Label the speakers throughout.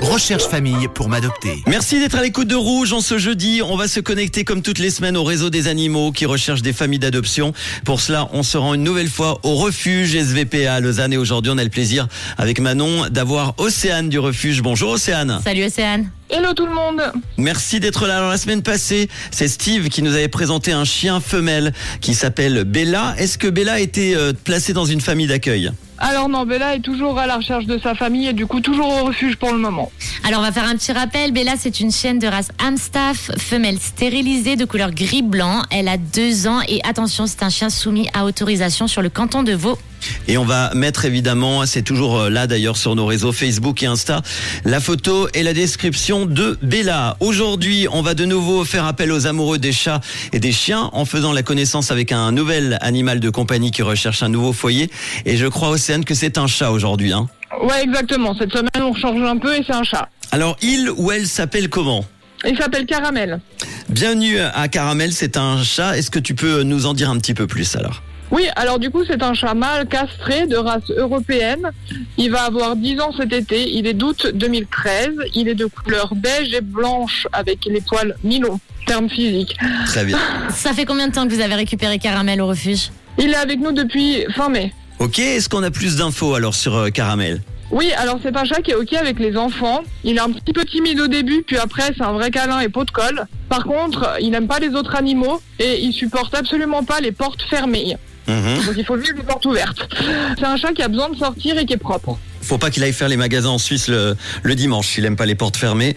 Speaker 1: Recherche famille pour m'adopter.
Speaker 2: Merci d'être à l'écoute de Rouge en ce jeudi. On va se connecter comme toutes les semaines au réseau des animaux qui recherchent des familles d'adoption. Pour cela, on se rend une nouvelle fois au refuge SVP à Lausanne et aujourd'hui, on a le plaisir avec Manon d'avoir Océane du refuge. Bonjour Océane.
Speaker 3: Salut Océane.
Speaker 4: Hello tout le monde
Speaker 2: Merci d'être là. Alors, la semaine passée, c'est Steve qui nous avait présenté un chien femelle qui s'appelle Bella. Est-ce que Bella a été euh, placée dans une famille d'accueil
Speaker 4: Alors non, Bella est toujours à la recherche de sa famille et du coup toujours au refuge pour le moment.
Speaker 3: Alors on va faire un petit rappel. Bella, c'est une chienne de race Amstaff, femelle stérilisée de couleur gris-blanc. Elle a deux ans et attention, c'est un chien soumis à autorisation sur le canton de Vaud.
Speaker 2: Et on va mettre évidemment, c'est toujours euh, là d'ailleurs sur nos réseaux Facebook et Insta, la photo et la description de Bella. Aujourd'hui, on va de nouveau faire appel aux amoureux des chats et des chiens en faisant la connaissance avec un nouvel animal de compagnie qui recherche un nouveau foyer. Et je crois, Océane, que c'est un chat aujourd'hui. hein.
Speaker 4: Ouais, exactement. Cette semaine, on change un peu et c'est un chat.
Speaker 2: Alors, il ou elle s'appelle comment
Speaker 4: Il s'appelle Caramel.
Speaker 2: Bienvenue à Caramel, c'est un chat. Est-ce que tu peux nous en dire un petit peu plus alors
Speaker 4: Oui, alors du coup, c'est un chat mâle castré de race européenne. Il va avoir 10 ans cet été. Il est d'août 2013. Il est de couleur beige et blanche avec les poils mi-longs. Terme physique.
Speaker 2: Très bien.
Speaker 3: Ça fait combien de temps que vous avez récupéré Caramel au refuge
Speaker 4: Il est avec nous depuis fin mai.
Speaker 2: Ok, est-ce qu'on a plus d'infos alors sur euh, Caramel
Speaker 4: Oui, alors c'est un chat qui est ok avec les enfants. Il est un petit peu timide au début, puis après c'est un vrai câlin et pot de colle. Par contre, il n'aime pas les autres animaux et il supporte absolument pas les portes fermées.
Speaker 2: Mhm.
Speaker 4: Donc il faut vivre les portes ouvertes. C'est un chat qui a besoin de sortir et qui est propre.
Speaker 2: Faut pas qu'il aille faire les magasins en Suisse le, le dimanche. Il aime pas les portes fermées.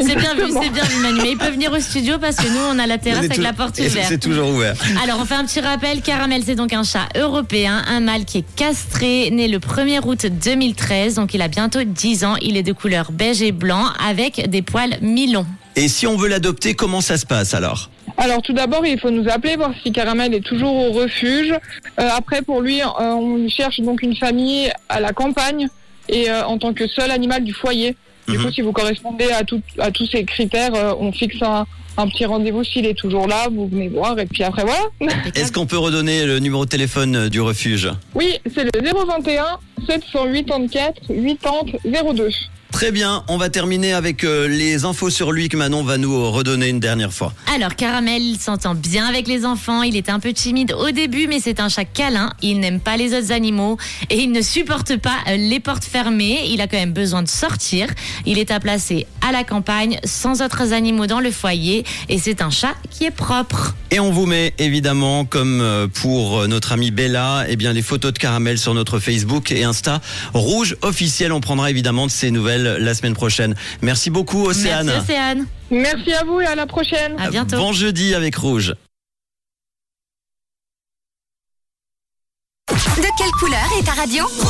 Speaker 3: C'est bien vu,
Speaker 4: Exactement.
Speaker 3: c'est bien vu Manu. Mais il peut venir au studio parce que nous, on a la terrasse
Speaker 2: On est
Speaker 3: avec
Speaker 2: tou-
Speaker 3: la porte
Speaker 2: et
Speaker 3: ouverte.
Speaker 2: C'est toujours ouvert.
Speaker 3: Alors, on fait un petit rappel. Caramel, c'est donc un chat européen, un mâle qui est castré, né le 1er août 2013. Donc, il a bientôt 10 ans. Il est de couleur beige et blanc avec des poils mi-longs.
Speaker 2: Et si on veut l'adopter, comment ça se passe alors
Speaker 4: Alors tout d'abord, il faut nous appeler, voir si Caramel est toujours au refuge. Euh, après, pour lui, euh, on lui cherche donc une famille à la campagne et euh, en tant que seul animal du foyer. Du
Speaker 2: Mhm.
Speaker 4: coup, si vous correspondez à, tout- à tous ces critères, euh, on fixe un, un petit rendez-vous s'il est toujours là, vous venez voir et puis après voilà.
Speaker 3: Ah.
Speaker 2: Est-ce qu'on peut redonner le numéro de téléphone euh, du refuge
Speaker 4: Oui, c'est le 021 784 80 02.
Speaker 2: Très bien, on va terminer avec euh, les infos sur lui que Manon va nous euh, redonner une dernière fois.
Speaker 3: Alors, Caramel il s'entend bien avec les enfants. Il est un peu timide au début, mais c'est un chat câlin. Il n'aime pas les autres animaux et il ne supporte pas euh, les portes fermées. Il a quand même besoin de sortir. Il est à placer à la campagne, sans autres animaux dans le foyer. Et c'est un chat qui est propre.
Speaker 2: Et on vous met évidemment, comme euh, pour euh, notre amie Bella, eh bien les photos de caramel sur notre Facebook et Insta Rouge officiel. On prendra évidemment de ces nouvelles la semaine prochaine. Merci beaucoup Océane.
Speaker 3: Merci, Océane.
Speaker 4: Merci à vous et à la prochaine.
Speaker 3: À bientôt.
Speaker 2: Bon jeudi avec Rouge.
Speaker 5: De quelle couleur est ta radio